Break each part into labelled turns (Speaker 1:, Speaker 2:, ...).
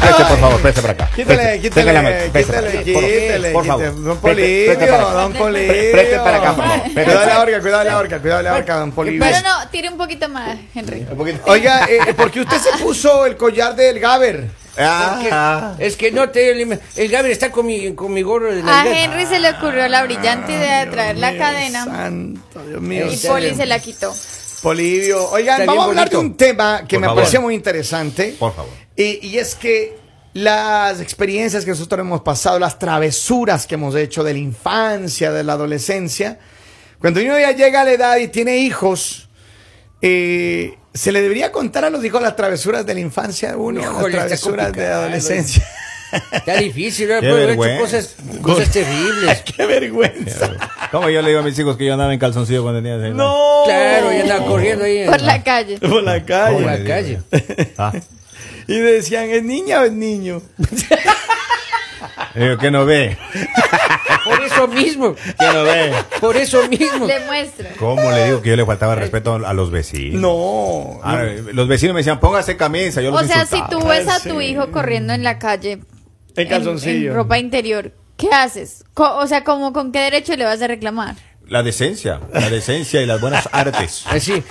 Speaker 1: Pese, por favor, pese para acá.
Speaker 2: Quítale,
Speaker 1: Pese, tenga la mano,
Speaker 2: quítale,
Speaker 1: pese para
Speaker 2: quítale,
Speaker 1: acá, por favor.
Speaker 2: quítale,
Speaker 1: Por
Speaker 2: quítale.
Speaker 1: favor.
Speaker 2: Don
Speaker 1: Preste- preste
Speaker 2: Polivio,
Speaker 1: para acá.
Speaker 2: don Polivio.
Speaker 1: Pre- preste para acá, por favor. Preste
Speaker 2: Cuidado
Speaker 1: para
Speaker 2: la
Speaker 1: acá.
Speaker 2: horca, cuidado la horca, cuidado la horca, don Polivio.
Speaker 3: Pero no, tire un poquito más, Henry.
Speaker 1: Un poquito.
Speaker 2: Oiga, eh, ¿por qué usted se puso el collar del Gaber?
Speaker 1: Ah,
Speaker 4: Es que no te. elim- El Gabriel está con mi, con mi gorro de
Speaker 3: A
Speaker 4: Navidad.
Speaker 3: Henry se le ocurrió la brillante idea de traer la cadena
Speaker 2: Ah, Santo, Dios mío.
Speaker 3: y Poli se la quitó.
Speaker 2: Polivio. Oigan,
Speaker 4: Está
Speaker 2: vamos a
Speaker 4: bien
Speaker 2: hablar de
Speaker 4: bonito.
Speaker 2: un tema que
Speaker 1: Por
Speaker 2: me
Speaker 1: favor.
Speaker 2: parece muy interesante.
Speaker 1: Por favor.
Speaker 2: Y, y es que las experiencias que nosotros hemos pasado, las travesuras que hemos hecho de la infancia, de la adolescencia, cuando uno ya llega a la edad y tiene hijos, eh, se le debería contar a los hijos las travesuras de la infancia de uno,
Speaker 4: Híjole, está
Speaker 2: las travesuras de la
Speaker 4: complicado.
Speaker 2: adolescencia.
Speaker 4: Está difícil, ¿verdad?
Speaker 5: Qué
Speaker 4: Puedo haber hecho
Speaker 5: vergüenza.
Speaker 4: cosas, cosas terribles.
Speaker 2: ¡Qué vergüenza!
Speaker 5: ¿Cómo yo le digo a mis hijos que yo andaba en calzoncillo cuando tenía seis años?
Speaker 2: ¡No!
Speaker 4: Claro, yo andaba corriendo ahí en
Speaker 3: Por la calle.
Speaker 2: Por la
Speaker 4: por
Speaker 2: calle.
Speaker 4: la calle.
Speaker 5: Ah,
Speaker 2: Y decían, ¿es niña o es niño?
Speaker 5: le digo, ¿qué Eh, no ve?
Speaker 4: Por eso mismo.
Speaker 5: ¿Qué no ve?
Speaker 4: Por eso mismo.
Speaker 3: Le muestra.
Speaker 5: ¿Cómo le digo que yo le faltaba el respeto a los vecinos?
Speaker 2: No.
Speaker 5: Ah, los vecinos me decían, póngase camisa. Yo los
Speaker 3: O sea, si
Speaker 5: insultaba.
Speaker 3: tú ves a tu hijo corriendo en la calle
Speaker 2: En calzoncillo.
Speaker 3: en ropa interior, ¿qué haces? Co- o sea, como con qué derecho le vas a reclamar?
Speaker 5: La decencia, la decencia y las buenas artes.
Speaker 4: Así.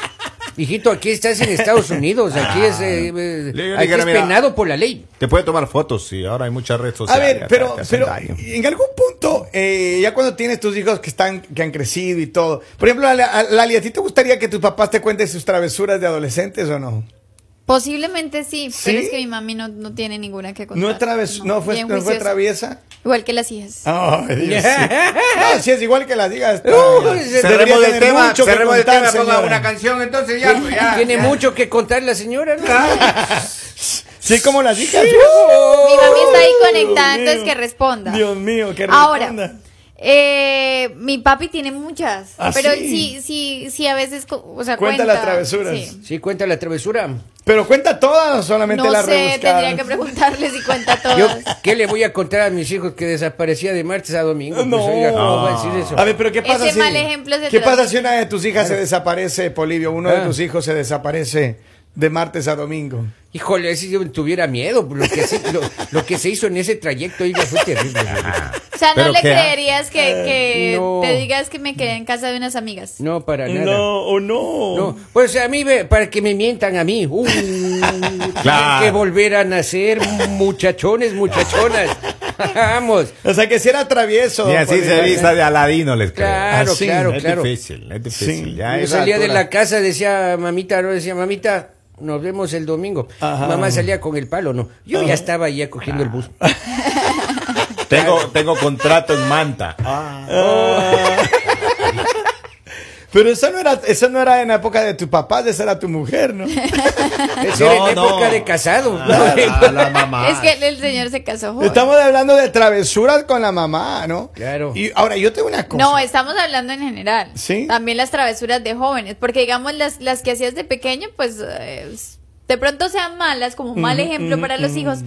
Speaker 4: Hijito, aquí estás en Estados Unidos. Aquí es, eh, eh,
Speaker 5: Le digo,
Speaker 4: aquí
Speaker 5: "Mira,
Speaker 4: es
Speaker 5: mira".
Speaker 4: penado por la ley.
Speaker 5: Te puede tomar fotos, sí, ahora hay muchas redes
Speaker 2: A
Speaker 5: sociales.
Speaker 2: ver,
Speaker 5: te-
Speaker 2: pero,
Speaker 5: te hacen
Speaker 2: pero
Speaker 5: daño.
Speaker 2: en algún punto, eh, ya cuando tienes tus hijos que están, que han crecido y todo, por ejemplo, Lali, a- Lali, ¿a ti te gustaría que tus papás te cuenten sus travesuras de adolescentes o no?
Speaker 3: Posiblemente sí, pero
Speaker 2: ¿Sí?
Speaker 3: es que mi mami no, Pues no tiene ninguna que contar.
Speaker 2: No es traves, no, fue,
Speaker 3: bien
Speaker 2: no fue
Speaker 3: juiciosa.
Speaker 2: traviesa.
Speaker 3: Igual que las hijas.
Speaker 2: Ay, Dios, sí. No, si es igual que las digas.
Speaker 4: Uy,
Speaker 2: debería
Speaker 4: se-
Speaker 1: Cerremos el
Speaker 2: tener
Speaker 1: tema,
Speaker 2: mucho que
Speaker 1: cerremos el
Speaker 2: contar,
Speaker 1: tema, ponga
Speaker 2: señora.
Speaker 1: una canción entonces ya. pues, ya.
Speaker 4: Tiene mucho que contar la señora, ¿no?
Speaker 2: Sí, como las hijas. ¡Uh!
Speaker 3: Mi mami está ahí
Speaker 2: Dios
Speaker 3: conectada,
Speaker 2: mío.
Speaker 3: entonces que responda.
Speaker 2: Dios mío, que responda.
Speaker 3: Ahora, eh, mi papi tiene muchas,
Speaker 2: ¿Ah,
Speaker 3: pero
Speaker 2: sí?
Speaker 3: sí, sí, sí, a veces, co- o sea,
Speaker 2: Cuenta
Speaker 3: cuenta,
Speaker 2: las travesuras.
Speaker 3: sí.
Speaker 4: Sí, cuenta la travesura.
Speaker 2: Pero cuenta todas o solamente
Speaker 3: No
Speaker 2: las
Speaker 3: sé,
Speaker 2: rebuscadas.
Speaker 3: tendría que preguntarle si cuenta todas.
Speaker 4: Yo, ¿qué le voy a contar a mis hijos que desaparecía de martes a domingo? Pues,
Speaker 2: No.
Speaker 4: oiga, ¿cómo va a decir eso?
Speaker 2: A
Speaker 1: Ah.
Speaker 2: ver, pero ¿qué
Speaker 3: Ese
Speaker 2: pasa si
Speaker 3: mal ejemplo se
Speaker 2: ¿Qué
Speaker 3: trata.
Speaker 2: pasa si una de tus hijas se desaparece, Polivio? Uno de
Speaker 4: Ah.
Speaker 2: tus hijos se desaparece de martes a domingo.
Speaker 4: Híjole, si yo tuviera miedo, lo que se, lo, lo que se hizo en ese trayecto, oiga, fue terrible.
Speaker 3: o sea, no
Speaker 5: ¿Pero
Speaker 3: le
Speaker 5: qué?
Speaker 3: creerías que,
Speaker 2: Eh,
Speaker 3: que
Speaker 4: no.
Speaker 3: te digas que me quedé en casa de unas amigas.
Speaker 4: No, para nada.
Speaker 2: o Eh, no.
Speaker 4: No, pues a mí, ve, para que me mientan a mí. Uh, tienen
Speaker 5: Claro.
Speaker 4: que volver a nacer, muchachones, muchachonas. Vamos.
Speaker 2: O sea, que si era travieso.
Speaker 5: Y así
Speaker 2: Polibio.
Speaker 5: se vista de Aladino, les creo.
Speaker 4: Claro,
Speaker 5: Así,
Speaker 4: claro,
Speaker 5: es
Speaker 4: claro.
Speaker 5: difícil, es difícil.
Speaker 2: Sí.
Speaker 5: ya a
Speaker 4: Yo
Speaker 5: esa
Speaker 4: salía de
Speaker 5: altura.
Speaker 4: la casa, decía mamita, no decía mamita, nos vemos el domingo.
Speaker 2: Ajá. Ah.
Speaker 4: Mamá salía con el palo, no. Yo ya estaba ahí cogiendo el bus.
Speaker 5: Tengo, tengo contrato en manta.
Speaker 2: Pero eso no, era, eso no era en la época de tu papá, esa era tu mujer, ¿no?
Speaker 4: Eso era en época de casado.
Speaker 5: A la, a la mamá.
Speaker 3: Es que el, el señor se casó joven.
Speaker 2: Estamos hablando de travesuras con la mamá, ¿no?
Speaker 4: Claro.
Speaker 2: Y ahora, yo tengo una cosa.
Speaker 3: No, estamos hablando en general.
Speaker 2: ¿Sí?
Speaker 3: También las travesuras de jóvenes, porque digamos las, las que hacías de pequeño, pues eh, s- de pronto sean malas, como un mal ejemplo para los hijos,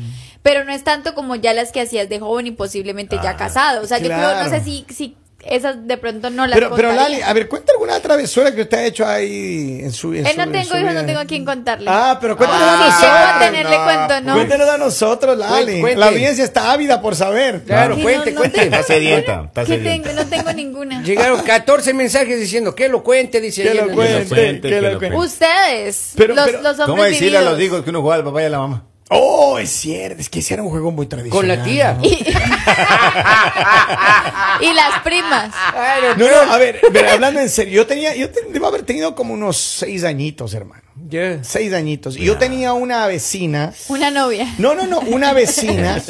Speaker 3: pero no es tanto como ya las que hacías de joven y posiblemente ya casado. O sea, yo creo,
Speaker 2: Ah, claro.
Speaker 3: no sé si, si esas de pronto no las
Speaker 2: pero, pero
Speaker 3: contaría.
Speaker 2: Lali, ah, a ver, cuenta alguna travesura que usted ha hecho ahí en su, en
Speaker 3: Eh,
Speaker 2: su-
Speaker 3: no
Speaker 2: en
Speaker 3: tengo
Speaker 2: su
Speaker 3: hijos,
Speaker 2: vida.
Speaker 3: no tengo a quien contarle.
Speaker 2: Ah, pero cuéntanos
Speaker 3: Ah,
Speaker 2: a
Speaker 3: si
Speaker 2: nosotros.
Speaker 3: llego a tenerle
Speaker 2: no,
Speaker 3: cuento, ¿no?
Speaker 2: Cuéntanos a nosotros, Lali.
Speaker 4: Cuente.
Speaker 2: La audiencia está ávida por saber.
Speaker 4: Claro,
Speaker 3: Que no,
Speaker 4: cuente,
Speaker 3: no
Speaker 4: cuente.
Speaker 3: tengo-
Speaker 5: Está sedienta, está
Speaker 3: ¿Qué
Speaker 5: sedienta.
Speaker 3: tengo? No tengo ninguna.
Speaker 4: Llegaron 14 mensajes diciendo que lo cuente, dice
Speaker 2: Que
Speaker 4: ahí en
Speaker 2: lo
Speaker 4: el-
Speaker 5: cuente,
Speaker 2: cuente, que
Speaker 5: que
Speaker 2: lo
Speaker 5: lo
Speaker 2: cuente.
Speaker 3: Ustedes,
Speaker 2: Pero-
Speaker 3: los,
Speaker 2: pero-
Speaker 3: los hombres
Speaker 5: ¿Cómo decirle a los
Speaker 3: vividos.
Speaker 5: hijos que uno jugaba al papá y a la mamá?
Speaker 2: Oh, es cierto, es que ese era un juego muy tradicional.
Speaker 4: con la tía.
Speaker 3: y las primas.
Speaker 4: Claro,
Speaker 2: No, no, a ver, pero hablando en serio, yo tenía, yo te- debo haber tenido como unos seis añitos, hermano.
Speaker 4: ya.
Speaker 2: Seis añitos. Y yo tenía una vecina.
Speaker 3: Una novia.
Speaker 2: No, no, no, una vecina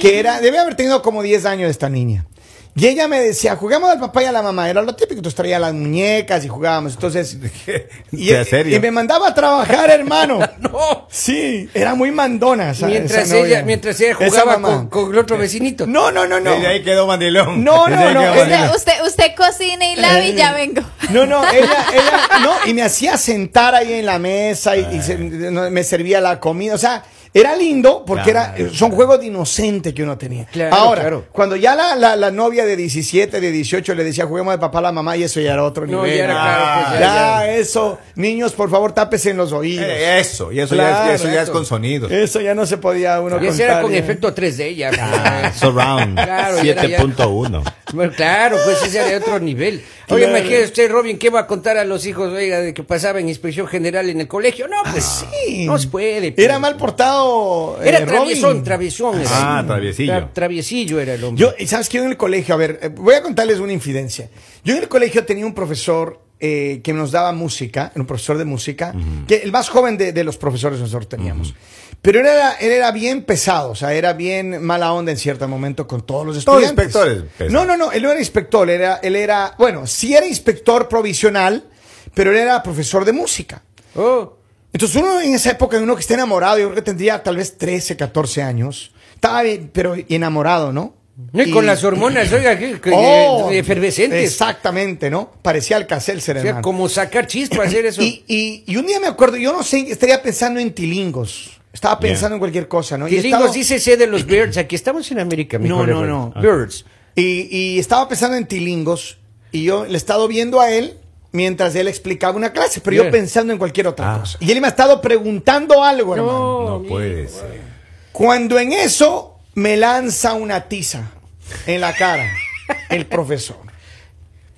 Speaker 2: que era, debe haber tenido como 10 años esta niña. Y ella me decía, jugamos al papá y a la mamá. Era lo típico, entonces traía las muñecas y jugábamos. Entonces, y, e,
Speaker 5: ¿En serio?
Speaker 2: y me mandaba a trabajar, hermano.
Speaker 4: No.
Speaker 2: Sí, era muy mandona. esa-
Speaker 4: Oh, Mientras
Speaker 2: esa novia.
Speaker 4: ella, mientras ella
Speaker 2: Esa
Speaker 4: jugaba
Speaker 2: mamá.
Speaker 4: con, con el otro vecinito.
Speaker 2: No, no, no, no.
Speaker 5: Desde ahí quedó mandilón.
Speaker 2: No, no,
Speaker 5: Desde ahí
Speaker 2: no,
Speaker 5: quedó
Speaker 2: es
Speaker 5: mandilón.
Speaker 3: Usted, usted, usted cocina y lave y ya
Speaker 2: Eh,
Speaker 3: vengo.
Speaker 2: No, no, ella, ella, no, y me hacía sentar ahí en la mesa y, y se- no, me servía la comida. O sea, Era lindo porque
Speaker 5: Claro.
Speaker 2: era, son juegos de inocente que uno tenía.
Speaker 4: Claro,
Speaker 2: Ahora,
Speaker 4: claro.
Speaker 2: cuando ya la, la- la novia de 17, de 18 le decía juguemos de papá a la mamá y eso ya era otro
Speaker 4: No,
Speaker 2: nivel.
Speaker 4: ya era,
Speaker 2: Ah,
Speaker 4: claro, pues,
Speaker 2: ya,
Speaker 4: ya,
Speaker 2: eso. Niños, por favor, tápese en los oídos.
Speaker 5: Eh, Eso, y eso, ya,
Speaker 2: Claro,
Speaker 5: es, eso ya es
Speaker 4: eso.
Speaker 5: con sonidos.
Speaker 2: Eso Eh, ya no se podía uno
Speaker 4: Y ese
Speaker 2: contar,
Speaker 4: era
Speaker 2: eh.
Speaker 4: con
Speaker 2: ya.
Speaker 4: efecto 3D ya.
Speaker 5: Ah,
Speaker 4: pues.
Speaker 5: Surround
Speaker 4: Claro, ya era- ya-
Speaker 5: 7.1.
Speaker 4: Bueno, claro, pues ese era de otro nivel. Oye, imagínese usted, Robin, ¿qué va a contar a los hijos, oiga, de que pasaba en inspección general en el colegio? No, pues
Speaker 2: Sí.
Speaker 4: No se puede. pues.
Speaker 2: Ah. Era mal portado. eh,
Speaker 4: Era
Speaker 2: Robin.
Speaker 4: traviesón, traviesón. era.
Speaker 5: Ah, traviesillo.
Speaker 4: Tra- traviesillo era el hombre.
Speaker 2: Yo, ¿y ¿sabes qué? Yo en el colegio, a ver, eh, voy a contarles una infidencia. Yo en el colegio tenía un profesor eh, que nos daba música, era un profesor de música, que el más joven de, de los profesores nosotros teníamos. Pero él era, él era bien pesado, o sea, era bien mala onda en cierto momento con todos los
Speaker 5: Todos
Speaker 2: estudiantes.
Speaker 5: inspectores pues. pesados.
Speaker 2: No, no, no, él no era inspector, era, él era, bueno, sí era inspector provisional, pero él era profesor de música.
Speaker 4: Oh,
Speaker 2: Entonces uno en esa época, uno que está enamorado, yo creo que tendría tal vez 13, 14 años, estaba bien, pero enamorado, ¿no?
Speaker 4: no, y con las hormonas, oiga, que, que-
Speaker 2: Oh,
Speaker 4: eh, efervescentes.
Speaker 2: Exactamente, ¿no? Parecía Alcacel
Speaker 4: O sea,
Speaker 2: hermano.
Speaker 4: como sacar chispas hacer eso.
Speaker 2: y, y, y un día me acuerdo, yo no sé, estaría pensando en tilingos. Estaba pensando
Speaker 5: Yeah.
Speaker 2: en cualquier cosa, ¿no?
Speaker 4: Tilingos
Speaker 2: estaba,
Speaker 4: dice C de los Birds. Aquí estamos en América, mi
Speaker 2: No,
Speaker 4: colega.
Speaker 2: no, no.
Speaker 4: Birds.
Speaker 2: y, y estaba pensando en tilingos y yo le he estado viendo a él mientras él explicaba una clase, pero yo
Speaker 4: Yeah.
Speaker 2: pensando en cualquier otra
Speaker 5: Ah.
Speaker 2: cosa. Y él me ha estado preguntando algo, hermano.
Speaker 4: No,
Speaker 5: No puede ser.
Speaker 2: Cuando en eso me lanza una tiza en la cara el profesor.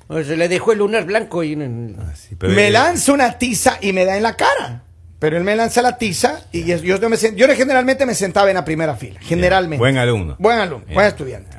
Speaker 4: o sea, le dejó el lunar blanco y. en-
Speaker 5: Ah, sí, pero
Speaker 2: me
Speaker 5: él-
Speaker 2: lanza una tiza y me da en la cara. Pero él me lanza la tiza y yo, yo no me sen- yo generalmente me sentaba en la primera fila. Generalmente.
Speaker 5: Buen alumno.
Speaker 2: Buen alumno,
Speaker 5: Bien.
Speaker 2: buen estudiante.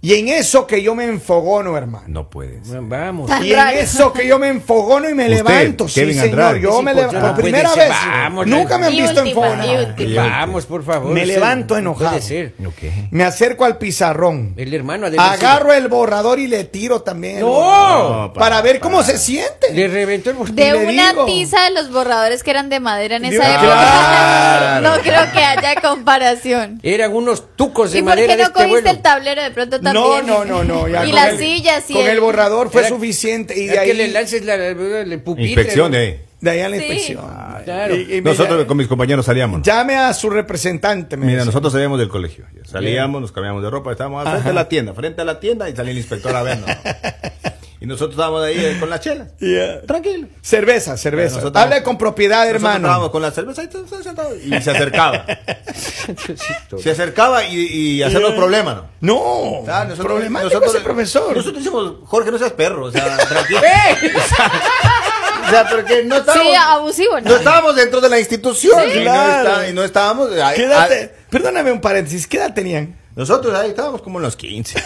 Speaker 2: Y en eso que yo me enfogono, hermano.
Speaker 5: No puede ser.
Speaker 4: Vamos.
Speaker 3: Tan
Speaker 2: Y en
Speaker 3: raro.
Speaker 2: eso que yo me enfogono y me
Speaker 5: Usted,
Speaker 2: levanto. Sí,
Speaker 5: Kevin
Speaker 2: señor.
Speaker 5: Andrade.
Speaker 2: Yo me
Speaker 4: Sí, pues,
Speaker 2: levanto.
Speaker 4: ya
Speaker 2: Por
Speaker 4: no puede
Speaker 2: primera
Speaker 4: ser.
Speaker 2: vez.
Speaker 4: Vamos,
Speaker 2: Nunca me han
Speaker 3: Y
Speaker 2: visto
Speaker 3: última, y
Speaker 2: enfogonado.
Speaker 3: última.
Speaker 4: Vamos, por favor.
Speaker 2: Me
Speaker 4: usted-
Speaker 2: levanto enojado.
Speaker 4: Puede ser.
Speaker 5: Ok.
Speaker 2: Me acerco al pizarrón.
Speaker 4: El hermano ha de haber sido-
Speaker 2: Agarro el borrador y le tiro también.
Speaker 4: ¡No!
Speaker 5: No,
Speaker 2: Para
Speaker 5: para-
Speaker 2: ver cómo
Speaker 5: para.
Speaker 2: se siente.
Speaker 4: Le reventó el botón.
Speaker 2: Y
Speaker 3: De
Speaker 2: le
Speaker 3: una
Speaker 2: digo.
Speaker 3: tiza de los borradores que eran de madera en esa
Speaker 2: Dios.
Speaker 3: época.
Speaker 5: Claro.
Speaker 3: No creo que haya comparación.
Speaker 4: Eran unos tucos de
Speaker 3: ¿Y por
Speaker 4: madera
Speaker 3: qué
Speaker 4: de
Speaker 3: no
Speaker 4: este
Speaker 3: cogiste
Speaker 4: vuelo.
Speaker 3: el tablero de pronto
Speaker 2: No,
Speaker 3: también?
Speaker 2: no, no, no. ya
Speaker 3: y
Speaker 2: con
Speaker 3: la
Speaker 2: el-
Speaker 3: silla, sí.
Speaker 2: Con el borrador fue
Speaker 4: Era-
Speaker 2: suficiente. Y de
Speaker 4: Era
Speaker 2: ahí,
Speaker 4: que le lances la, la, la pupitre.
Speaker 5: Inspección,
Speaker 4: ¿no?
Speaker 5: eh.
Speaker 2: de ahí a la
Speaker 3: Sí.
Speaker 2: inspección.
Speaker 4: claro.
Speaker 2: Y- y me-
Speaker 5: Nosotros con mis compañeros salíamos. ¿no?
Speaker 2: Llame a su representante. me
Speaker 5: Mira,
Speaker 2: decía.
Speaker 5: nosotros salíamos del colegio. Salíamos, nos cambiamos de ropa, estábamos al frente de la tienda, frente a la tienda y salía el inspector a vernos. Y nosotros estábamos ahí eh, con las chelas.
Speaker 2: Yeah.
Speaker 5: Tranquilo.
Speaker 2: Cerveza, cerveza.
Speaker 5: Nosotros
Speaker 2: Hable
Speaker 5: estábamos-
Speaker 2: con propiedad,
Speaker 5: nosotros Estábamos
Speaker 2: hermano.
Speaker 5: con la cerveza y, todos sentados. Y se acercaba. se acercaba y, y hacía
Speaker 2: eh,
Speaker 5: los problemas, ¿no?
Speaker 2: No,
Speaker 5: O sea, nosotros-
Speaker 2: problemático
Speaker 5: nosotros-
Speaker 2: ese profesor.
Speaker 5: Nosotros decimos, Jorge, no seas perro, o sea, tranquilo.
Speaker 4: ¡Eh!
Speaker 5: O sea, porque no estábamos,
Speaker 3: Sí, abusivo, ¿no?
Speaker 5: no estábamos dentro de la institución.
Speaker 2: Sí.
Speaker 5: y, no
Speaker 2: Claro.
Speaker 5: está- y no estábamos. ahí-
Speaker 2: ¿Qué edad te-
Speaker 5: ahí-
Speaker 2: Perdóname un paréntesis, ¿qué edad tenían?
Speaker 5: nosotros ahí estábamos como en los 15.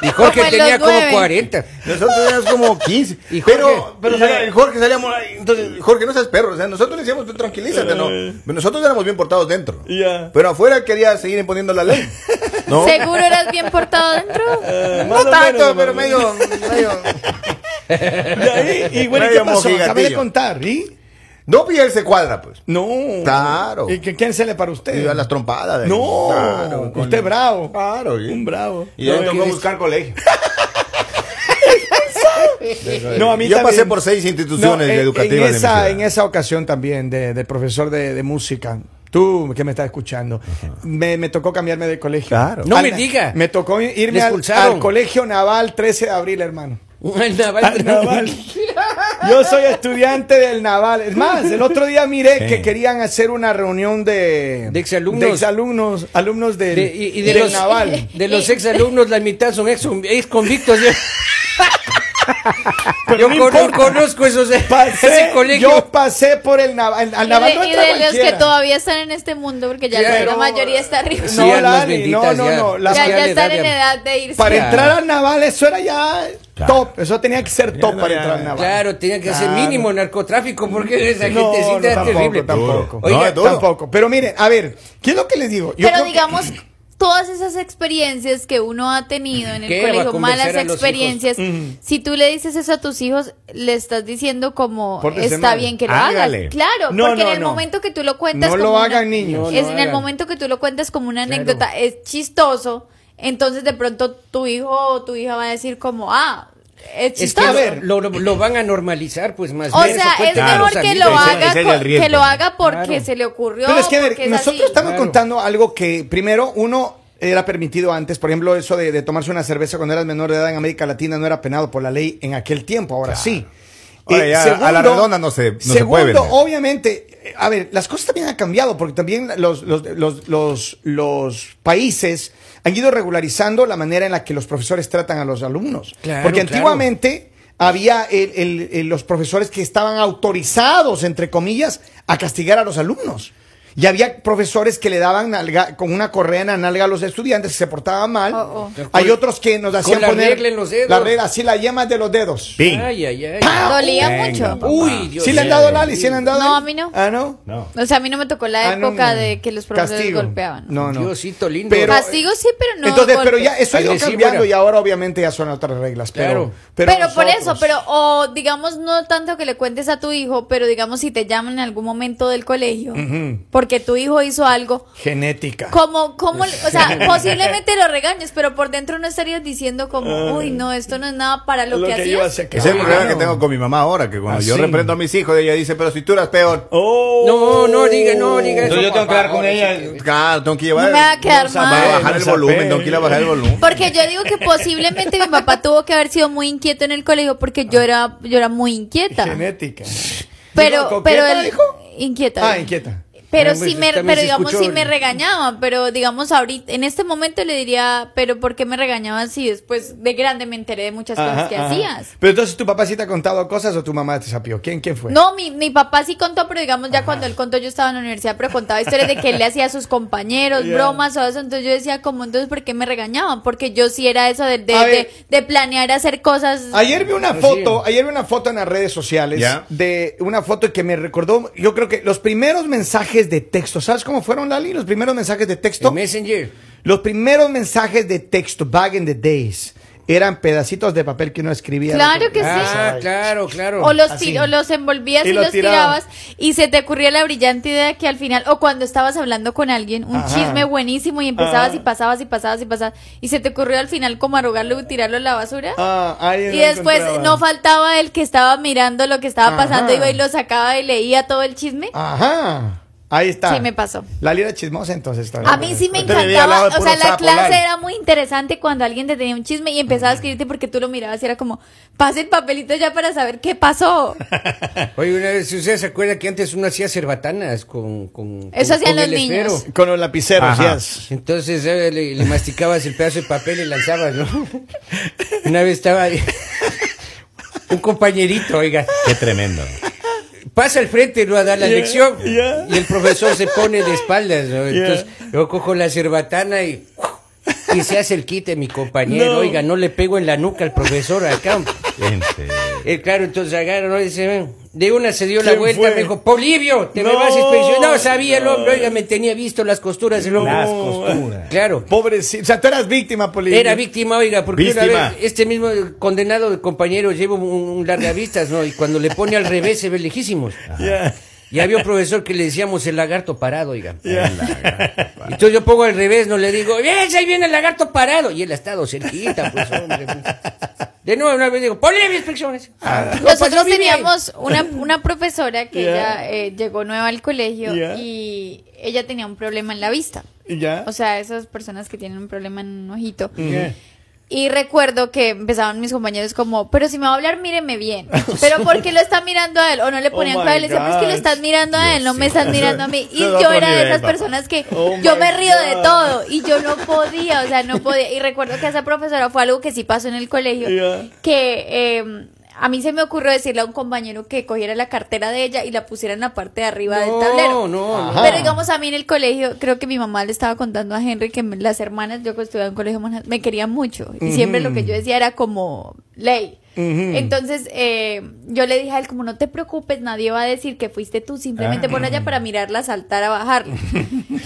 Speaker 4: Y Jorge
Speaker 3: Como en los
Speaker 4: tenía como
Speaker 3: nueve.
Speaker 4: 40.
Speaker 5: Nosotros éramos como 15.
Speaker 4: ¿Y Jorge?
Speaker 5: Pero, pero salía- Jorge salíamos ahí, Entonces, Jorge, no seas perro. O sea, nosotros le decíamos, tú tranquilízate, ¿no? Pero nosotros éramos bien portados dentro.
Speaker 2: Ya.
Speaker 5: Pero afuera quería seguir imponiendo la ley. ¿No?
Speaker 3: ¿Seguro eras bien portado dentro?
Speaker 2: Eh,
Speaker 5: No tanto, pero medio, medio.
Speaker 2: De ahí, y bueno, ¿y ¿qué
Speaker 5: Medio
Speaker 2: pasó? Acabé de
Speaker 5: mojigatillo.
Speaker 2: contar, ¿y?
Speaker 5: No, pues, y él se cuadra, pues.
Speaker 2: No.
Speaker 5: Claro.
Speaker 2: ¿Y qué- quién se le para usted?
Speaker 5: Y a las trompadas. de-
Speaker 2: No,
Speaker 5: Claro, con-
Speaker 2: usted bravo.
Speaker 5: Claro, y-
Speaker 2: Un bravo.
Speaker 5: Y ahí
Speaker 2: No,
Speaker 5: tocó
Speaker 2: ¿qué-
Speaker 5: buscar colegio.
Speaker 2: No, a mí
Speaker 5: Yo
Speaker 2: también.
Speaker 5: pasé por seis instituciones
Speaker 2: No, en-
Speaker 5: educativas. de
Speaker 2: En
Speaker 5: mi
Speaker 2: esa,
Speaker 5: ciudad.
Speaker 2: en esa ocasión también, de, de profesor de, de música. Tú que me estás escuchando, me, me tocó cambiarme de colegio.
Speaker 5: Claro.
Speaker 4: No me diga.
Speaker 2: Me tocó irme
Speaker 4: Le
Speaker 2: al,
Speaker 4: expulsaron.
Speaker 2: al colegio naval 13 de abril, hermano.
Speaker 4: El naval.
Speaker 2: Al naval. Yo soy estudiante del naval. Es más, el otro día miré
Speaker 5: Sí.
Speaker 2: que querían hacer una reunión de.
Speaker 4: De exalumnos.
Speaker 2: De exalumnos, alumnos del,
Speaker 4: De- y, y de,
Speaker 2: del
Speaker 4: los,
Speaker 2: naval.
Speaker 4: de los ex alumnos, la mitad son ex, ex convictos. Yo, yo
Speaker 2: no
Speaker 4: con-
Speaker 2: importa.
Speaker 4: conozco esos
Speaker 2: Pasé,
Speaker 4: ese colegio.
Speaker 2: yo pasé por el naval. Al
Speaker 3: Y
Speaker 2: naval
Speaker 3: de,
Speaker 2: no
Speaker 3: y
Speaker 2: entra
Speaker 3: de los que
Speaker 2: cualquiera.
Speaker 3: todavía están en este mundo, porque ya
Speaker 4: Claro.
Speaker 3: la mayoría está arriba.
Speaker 2: Sí,
Speaker 4: Sí, almas
Speaker 2: Lali,
Speaker 4: benditas,
Speaker 2: no, no,
Speaker 4: ya.
Speaker 2: no, la-
Speaker 4: Es
Speaker 3: ya
Speaker 4: que
Speaker 3: ya
Speaker 4: le da
Speaker 3: están
Speaker 4: de-
Speaker 3: en edad de irse.
Speaker 2: Para
Speaker 4: Claro.
Speaker 2: entrar al naval, eso era ya
Speaker 5: Claro.
Speaker 2: top. Eso tenía que ser top
Speaker 5: Ya,
Speaker 2: para
Speaker 5: ya,
Speaker 2: entrar al
Speaker 5: ya.
Speaker 2: naval.
Speaker 4: Claro, tenía que hacer
Speaker 2: Ah, Claro.
Speaker 4: mínimo narcotráfico porque esa
Speaker 2: No,
Speaker 4: gente
Speaker 2: no, tampoco,
Speaker 4: terrible.
Speaker 2: tampoco.
Speaker 4: Oiga,
Speaker 5: No, es duro.
Speaker 2: Tampoco. Pero miren, a ver, ¿qué es lo que les digo? Yo creo
Speaker 3: Pero
Speaker 2: que-
Speaker 3: digamos, todas esas experiencias que uno ha tenido en
Speaker 4: ¿Qué
Speaker 3: el
Speaker 4: va a
Speaker 3: colegio,
Speaker 4: convencer
Speaker 3: malas
Speaker 4: a los
Speaker 3: experiencias, si tú le dices eso a tus hijos, le estás diciendo como
Speaker 2: Pórtese
Speaker 3: está
Speaker 2: mal.
Speaker 3: bien que lo
Speaker 5: Hágale.
Speaker 3: hagas. Claro,
Speaker 2: No,
Speaker 3: porque
Speaker 2: no,
Speaker 3: en el
Speaker 2: no.
Speaker 3: momento que tú lo cuentas
Speaker 2: No
Speaker 3: como
Speaker 2: lo
Speaker 3: una-
Speaker 2: hagan niños.
Speaker 4: No, no
Speaker 3: es en el
Speaker 4: hagan.
Speaker 3: momento que tú lo cuentas como una
Speaker 4: Claro.
Speaker 3: anécdota, es chistoso, entonces de pronto tu hijo o tu hija va a decir como, ah, Es
Speaker 4: Es
Speaker 3: chistoso.
Speaker 4: que
Speaker 2: A ver.
Speaker 4: lo, lo- lo van a normalizar, pues más
Speaker 3: O
Speaker 4: bien.
Speaker 3: sea,
Speaker 4: Eso
Speaker 3: es
Speaker 4: cuenta
Speaker 5: claro.
Speaker 4: con
Speaker 3: mejor
Speaker 4: los
Speaker 3: que
Speaker 4: amigos.
Speaker 3: lo
Speaker 5: Ese- ese
Speaker 3: haga
Speaker 5: es el
Speaker 3: con-
Speaker 5: riesgo.
Speaker 3: que lo haga porque
Speaker 4: Claro.
Speaker 3: se le ocurrió.
Speaker 2: Pero es que, a ver,
Speaker 3: porque es
Speaker 2: nosotros
Speaker 3: así.
Speaker 2: estamos
Speaker 4: Claro.
Speaker 2: contando algo que, primero, uno era permitido antes, por ejemplo, eso de, de tomarse una cerveza cuando eras menor de edad en América Latina no era penado por la ley en aquel tiempo, ahora sí. Eh,
Speaker 5: Ahora ya, a la redonda no se- no se puede
Speaker 2: Segundo,
Speaker 5: vender.
Speaker 2: obviamente, eh, a ver, las cosas también han cambiado, porque también los, los, los, los, los países han ido regularizando la manera en la que los profesores tratan a los alumnos.
Speaker 4: Claro,
Speaker 2: porque
Speaker 4: claro.
Speaker 2: antiguamente había el- el- el- los profesores que estaban autorizados, entre comillas, a castigar a los alumnos. Y había profesores que le daban nalga- con una correa en la nalga a los estudiantes que se portaban mal.
Speaker 3: Oh,
Speaker 4: oh.
Speaker 2: Hay otros que nos hacían
Speaker 4: la
Speaker 2: poner
Speaker 4: regla en los dedos.
Speaker 2: la regla, así la yema de los dedos.
Speaker 5: Ping.
Speaker 4: pues. Ay, ay, ay.
Speaker 2: Ah,
Speaker 3: Dolía
Speaker 5: Venga,
Speaker 3: mucho.
Speaker 5: papá.
Speaker 4: Uy, Dios
Speaker 2: ¿Sí le han
Speaker 4: mío.
Speaker 2: dado Lali? ¿Sí le han dado?
Speaker 3: No,
Speaker 2: Lali?
Speaker 3: a mí no.
Speaker 2: Ah, no.
Speaker 5: No.
Speaker 3: O sea, a mí no me tocó la
Speaker 2: Ah, no,
Speaker 3: época
Speaker 2: no.
Speaker 3: de que los profesores
Speaker 2: Castigo.
Speaker 3: golpeaban.
Speaker 2: No, no.
Speaker 4: Diosito lindo.
Speaker 3: Castigo sí, pero no
Speaker 2: Entonces, pero
Speaker 3: golpes.
Speaker 2: ya eso ha ido
Speaker 4: Agresivo
Speaker 2: cambiando
Speaker 4: era.
Speaker 2: y ahora obviamente ya son otras reglas. Pero,
Speaker 4: Claro.
Speaker 3: Pero, por
Speaker 2: nosotros-
Speaker 3: eso, pero o digamos no tanto que le cuentes a tu hijo, pero digamos si te llaman en algún momento del colegio porque tu hijo hizo algo,
Speaker 2: Genética.
Speaker 3: como como, o sea, posiblemente lo regañes, pero por dentro no estarías diciendo como, uy, no, esto no es nada para lo, que,
Speaker 2: yo
Speaker 3: hacías.
Speaker 2: hacía Ah. que-
Speaker 5: Ese es el problema
Speaker 2: Claro.
Speaker 5: que tengo con mi mamá ahora, que cuando
Speaker 2: Ah,
Speaker 5: yo
Speaker 2: sí.
Speaker 5: reprendo a mis hijos, ella dice, pero si tú eras peor.
Speaker 4: No, no diga, no diga eso.
Speaker 6: Entonces yo tengo
Speaker 4: por
Speaker 6: que hablar con
Speaker 4: favor,
Speaker 6: ella.
Speaker 4: ese que-
Speaker 5: Claro, tengo que
Speaker 3: No
Speaker 5: llevar...
Speaker 3: me va a quedar
Speaker 5: Va a
Speaker 3: mal.
Speaker 5: bajar el volumen, tengo que ir a bajar el volumen.
Speaker 3: Porque yo digo que posiblemente mi papá tuvo que haber sido muy inquieto en el colegio porque yo era yo era muy inquieta.
Speaker 2: Genética.
Speaker 3: Pero
Speaker 2: ¿Digo,
Speaker 3: pero
Speaker 2: coqueta,
Speaker 3: él
Speaker 2: dijo?
Speaker 3: inquieta.
Speaker 2: Ah, inquieta.
Speaker 3: Pero
Speaker 4: Ah, pues,
Speaker 3: sí me,
Speaker 4: también
Speaker 3: pero
Speaker 4: se
Speaker 3: digamos
Speaker 4: escuchó
Speaker 3: sí me
Speaker 4: el-
Speaker 3: regañaba, pero digamos ahorita, en este momento le diría, pero ¿por qué me regañabas si después de grande me enteré de muchas
Speaker 2: Ajá,
Speaker 3: cosas que
Speaker 2: ajá.
Speaker 3: hacías?
Speaker 2: Pero entonces tu papá sí te ha contado cosas o tu mamá te sapió. ¿Quién, quién fue?
Speaker 3: No, mi, mi papá sí contó, pero digamos ya cuando él contó yo estaba en la universidad, pero contaba historias de que él le hacía a sus compañeros,
Speaker 2: Ya.
Speaker 3: bromas o eso, entonces yo decía como entonces ¿por qué me regañaban? Porque yo sí era eso de, de,
Speaker 2: A ver.
Speaker 3: de- de planear hacer cosas.
Speaker 2: Ayer vi una
Speaker 4: sí.
Speaker 2: foto, ayer vi una foto en las redes sociales
Speaker 5: Ya.
Speaker 2: de una foto que me recordó, yo creo que los primeros mensajes de texto, ¿sabes cómo fueron, Lali? Los primeros mensajes de texto.
Speaker 4: El Messenger.
Speaker 2: Los primeros mensajes de texto back in the days eran pedacitos de papel que uno escribía.
Speaker 3: Claro que
Speaker 4: Ah,
Speaker 3: sí.
Speaker 4: claro, claro.
Speaker 3: O los,
Speaker 2: Así.
Speaker 3: ti- o los envolvías
Speaker 2: Y
Speaker 3: y,
Speaker 2: los
Speaker 3: los
Speaker 2: tirabas.
Speaker 3: tirabas y se te ocurría la brillante idea que al final, o cuando estabas hablando con alguien, un
Speaker 2: Ajá.
Speaker 3: chisme buenísimo y empezabas
Speaker 2: Ajá.
Speaker 3: y pasabas y pasabas y pasabas y se te ocurrió al final como arrugarlo y tirarlo a la basura.
Speaker 2: Ah, ahí
Speaker 3: Y
Speaker 2: lo
Speaker 3: después
Speaker 2: encontraba.
Speaker 3: no faltaba el que estaba mirando lo que estaba pasando,
Speaker 2: Ajá. Ah.
Speaker 3: iba y lo sacaba y leía todo el chisme.
Speaker 2: Ajá. Ahí está.
Speaker 3: Sí, me pasó.
Speaker 2: Lali era chismosa entonces.
Speaker 3: A mí sí me
Speaker 5: Usted vivía al lado
Speaker 3: encantaba,
Speaker 5: de
Speaker 3: o
Speaker 5: puro
Speaker 3: sea, la
Speaker 5: sapo,
Speaker 3: clase
Speaker 5: Lali.
Speaker 3: era muy interesante cuando alguien te tenía un chisme y empezaba a escribirte porque tú lo mirabas y era como, pase el papelito ya para saber qué pasó.
Speaker 4: Oye, una vez, si usted se acuerda que antes uno hacía cerbatanas con. con
Speaker 3: Eso
Speaker 4: con-
Speaker 3: hacían
Speaker 4: con
Speaker 3: los
Speaker 4: el
Speaker 3: niños.
Speaker 4: esfero.
Speaker 2: Con los lapiceros,
Speaker 5: Ajá.
Speaker 2: yes.
Speaker 4: Entonces eh, le, le masticabas el pedazo de papel y lanzabas, ¿no? Una vez estaba ahí, un compañerito, oiga,
Speaker 5: Qué tremendo.
Speaker 4: pasa al frente, no a dar la lección. Y el profesor se pone de espaldas, ¿no? Entonces yo cojo la cerbatana y, y se hace el quite mi compañero. Oiga, no le pego en la nuca al profesor acá.
Speaker 5: Gente.
Speaker 4: Eh, claro, entonces agarra, ¿no? Dice, ven. De una se dio la
Speaker 2: ¿Quién
Speaker 4: vuelta,
Speaker 2: fue?
Speaker 4: me dijo, Polivio, te me
Speaker 2: No,
Speaker 4: vas a inspeccionar. No, sabía el hombre, oiga, me tenía visto las costuras del hombre.
Speaker 5: Las costuras.
Speaker 4: Claro.
Speaker 2: Pobrecito. O sea, tú eras víctima, política.
Speaker 4: Era víctima, oiga, porque
Speaker 5: Víctima.
Speaker 4: una vez este mismo condenado de compañero lleva un, un largavistas, ¿no? Y cuando le pone al revés se ve lejísimos.
Speaker 2: Ya.
Speaker 4: Y había un profesor que le decíamos el lagarto parado, oiga.
Speaker 2: Ya.
Speaker 4: Entonces yo pongo al revés, no le digo, ¡Bien, ahí viene el lagarto parado! Y él ha estado cerquita, pues, hombre. De nuevo, una vez digo, ¡ponle mis inspecciones! No, pues, yo
Speaker 3: Ah, Nosotros
Speaker 4: viví ahí.
Speaker 3: teníamos una, una profesora que ella eh, llegó nueva al colegio
Speaker 2: Yeah.
Speaker 3: y ella tenía un problema en la vista.
Speaker 2: Y ya.
Speaker 3: O sea, esas personas que tienen un problema en un ojito.
Speaker 2: Ya.
Speaker 3: Y recuerdo que empezaban mis compañeros como, pero si me va a hablar, míreme bien. Pero ¿por qué lo está mirando a él? O no le ponían
Speaker 2: my
Speaker 3: cuidado, le decían, "Pero es que lo
Speaker 2: gosh.
Speaker 3: estás mirando a él, no me estás mirando a mí. Y
Speaker 5: Eso es
Speaker 3: yo
Speaker 5: otro
Speaker 3: era de
Speaker 5: nivel,
Speaker 3: esas
Speaker 5: papá.
Speaker 3: personas que
Speaker 2: Oh
Speaker 3: yo
Speaker 2: my
Speaker 3: me río de
Speaker 2: God.
Speaker 3: todo y yo no podía, o sea, no podía. Y recuerdo que esa profesora fue algo que sí pasó en el colegio,
Speaker 2: Yeah.
Speaker 3: que... eh, a mí se me ocurrió decirle a un compañero que cogiera la cartera de ella y la pusiera en la parte de arriba del
Speaker 4: No,
Speaker 3: tablero.
Speaker 4: no,
Speaker 2: Ajá.
Speaker 4: no.
Speaker 3: Pero digamos, a mí en el colegio, creo que mi mamá le estaba contando a Henry que me- las hermanas, yo que estudiaba en colegio monja- me querían mucho. Y siempre lo que yo decía era como ley. Entonces, eh, yo le dije a él como, no te preocupes, nadie va a decir que fuiste tú,
Speaker 2: Ah.
Speaker 3: simplemente pon allá para mirarla, saltar, a bajarla.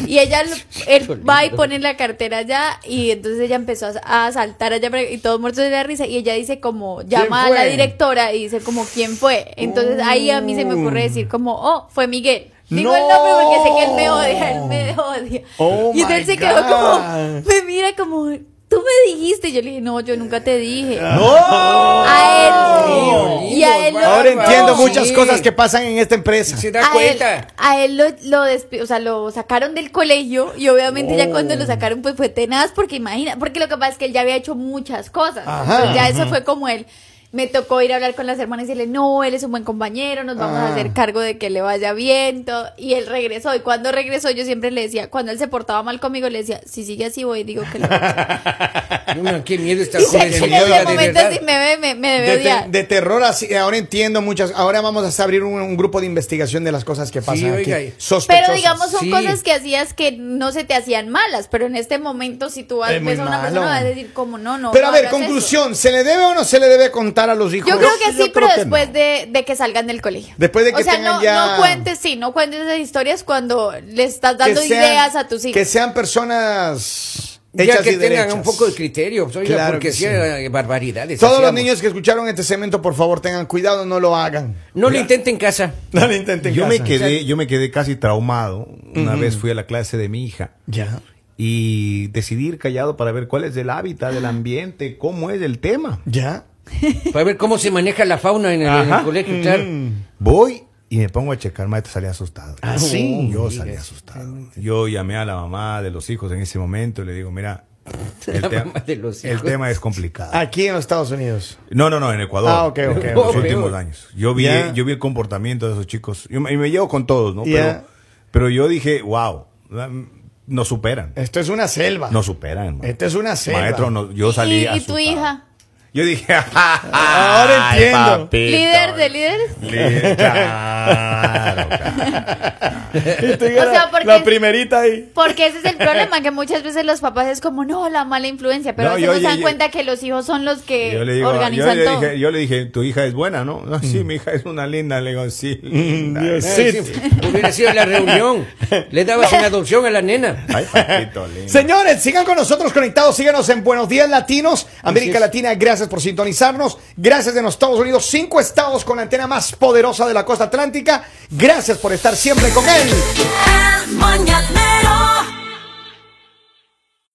Speaker 3: y ella, lo- él va y pone la cartera allá, y entonces ella empezó a, a saltar allá, para- y todos muertos de la risa, y ella dice como, llama a la
Speaker 2: fue?
Speaker 3: directora y dice como, ¿quién fue? Entonces, ahí a mí se me ocurre decir como, oh, fue Miguel. Digo el nombre porque sé que él me odia, él me odia.
Speaker 2: Oh
Speaker 3: y entonces
Speaker 2: my
Speaker 3: se quedó
Speaker 2: God.
Speaker 3: como, me mira como, tú me dijiste. Yo le dije, no, yo nunca te dije.
Speaker 5: ¡No!
Speaker 3: A él.
Speaker 4: Dios,
Speaker 3: Y a él lo-
Speaker 2: Ahora
Speaker 4: no,
Speaker 2: entiendo
Speaker 4: sí.
Speaker 2: muchas cosas que pasan en esta empresa.
Speaker 4: ¿Se da
Speaker 3: A él,
Speaker 4: cuenta?
Speaker 3: a él lo, lo despi- o sea, lo sacaron del colegio y obviamente ya cuando
Speaker 4: Oh.
Speaker 3: lo sacaron pues fue tenaz porque imagina, porque lo que pasa es que él ya había hecho muchas cosas.
Speaker 2: Ajá,
Speaker 3: Entonces, ya eso fue como él. Me tocó ir a hablar con las hermanas y decirle, no, él es un buen compañero, nos vamos
Speaker 2: Ah.
Speaker 3: a hacer cargo de que le vaya bien. todo". Y él regresó. Y cuando regresó, yo siempre le decía, cuando él se portaba mal conmigo, le decía, si sigue así, voy, digo que lo voy a hacer".
Speaker 4: No, man, qué miedo esta
Speaker 3: Y sé
Speaker 4: joven
Speaker 3: que en
Speaker 4: señora,
Speaker 3: ese
Speaker 4: de
Speaker 3: momento,
Speaker 4: verdad.
Speaker 3: si me ve, me, me debe
Speaker 2: De, te-
Speaker 3: odiar.
Speaker 2: de terror así. eh, Ahora entiendo muchas. Ahora vamos a abrir un, un grupo de investigación de las cosas que pasan
Speaker 4: oiga,
Speaker 2: aquí.
Speaker 4: y-
Speaker 2: Sospechosas.
Speaker 3: Pero digamos, son
Speaker 4: Sí.
Speaker 3: cosas que hacías que no se te hacían malas, pero en este momento si tú vas,
Speaker 2: Es muy
Speaker 3: ves a una
Speaker 2: malo.
Speaker 3: persona vas a decir como no, no.
Speaker 2: Pero a
Speaker 3: no
Speaker 2: ver,
Speaker 3: hagas eso".
Speaker 2: conclusión, ¿se le debe o no se le debe contar a los hijos?
Speaker 3: Yo creo que
Speaker 5: Yo
Speaker 3: sí, pero
Speaker 5: creo que
Speaker 3: después de, de que salgan del colegio.
Speaker 2: Después de que
Speaker 3: o sea,
Speaker 2: tengan
Speaker 3: no,
Speaker 2: ya-
Speaker 3: no cuentes, sí, no cuentes esas historias cuando le estás
Speaker 2: Que
Speaker 3: dando
Speaker 2: sean-
Speaker 3: ideas a tus hijos.
Speaker 2: Que sean personas hechas
Speaker 4: Ya que
Speaker 2: y
Speaker 4: tengan
Speaker 2: derechas.
Speaker 4: un poco de criterio, pues, oiga,
Speaker 2: Claro
Speaker 4: porque
Speaker 2: que
Speaker 4: sí,
Speaker 2: sí.
Speaker 4: eh, barbaridades.
Speaker 2: Todos los
Speaker 4: hacíamos.
Speaker 2: niños que escucharon este cemento, por favor, tengan cuidado, no lo hagan.
Speaker 4: No lo intenten en casa.
Speaker 2: No lo intenten.
Speaker 5: Yo me quedé, yo me quedé casi traumado. Una vez fui a la clase de mi hija.
Speaker 2: Ya.
Speaker 5: y decidir callado para ver cuál es el hábitat, el ambiente, cómo es el tema.
Speaker 2: Ya.
Speaker 4: Para ver cómo se maneja la fauna en el, en el
Speaker 5: Ajá. Mm.
Speaker 4: colegio, claro.
Speaker 5: Voy y me pongo a checar, maestro, salí asustado.
Speaker 2: Ah, sí.
Speaker 5: Yo salí asustado. Yo llamé a la mamá de los hijos en ese momento y le digo, mira, el,
Speaker 4: La
Speaker 5: tema-
Speaker 4: mamá de los
Speaker 5: el
Speaker 4: hijos.
Speaker 5: tema es complicado.
Speaker 2: Aquí en los Estados Unidos.
Speaker 5: No, no, no, en Ecuador.
Speaker 2: Ah, ok, ok.
Speaker 5: En los
Speaker 4: Oh,
Speaker 5: últimos
Speaker 4: peor.
Speaker 5: años. Yo vi,
Speaker 2: Ya.
Speaker 5: yo vi el comportamiento de esos chicos. Yo me- y me llevo con todos, ¿no?
Speaker 2: Ya.
Speaker 5: Pero, pero yo dije, wow, nos superan.
Speaker 2: Esto es una selva.
Speaker 5: Nos superan, hermano.
Speaker 2: Esto Eh. es una selva.
Speaker 5: Maestro, no- yo salí
Speaker 3: y, y tu
Speaker 5: asustado.
Speaker 3: hija,
Speaker 5: Yo dije, "Ah,
Speaker 2: Ahora
Speaker 5: ay,
Speaker 2: entiendo.
Speaker 5: papito.
Speaker 3: líder de líderes.
Speaker 5: Líder, claro, claro.
Speaker 3: O sea, porque
Speaker 2: la primerita ahí.
Speaker 3: Porque ese es el problema, que muchas veces los papás es como, no, la mala influencia, pero
Speaker 5: No,
Speaker 3: a veces
Speaker 5: yo-
Speaker 3: no se
Speaker 5: yo-
Speaker 3: dan
Speaker 5: yo-
Speaker 3: cuenta que los hijos son los que
Speaker 5: Yo le, digo, yo,
Speaker 3: organizan
Speaker 5: le
Speaker 3: todo.
Speaker 5: dije, yo le dije, tu hija es buena, ¿no? "No,
Speaker 2: Mm.
Speaker 5: sí, mi hija es una linda. Le digo, sí, linda. Eh,
Speaker 4: Ay, sí, Hubiera sido la reunión. Le dabas una adopción a la nena.
Speaker 5: Ay, papito lindo.
Speaker 2: Señores, sigan con nosotros conectados, síganos en Buenos Días Latinos, América Latina, gracias por sintonizarnos, gracias de los Estados Unidos, cinco estados con la antena más poderosa de la costa atlántica, gracias por estar siempre con él.
Speaker 6: El mañanero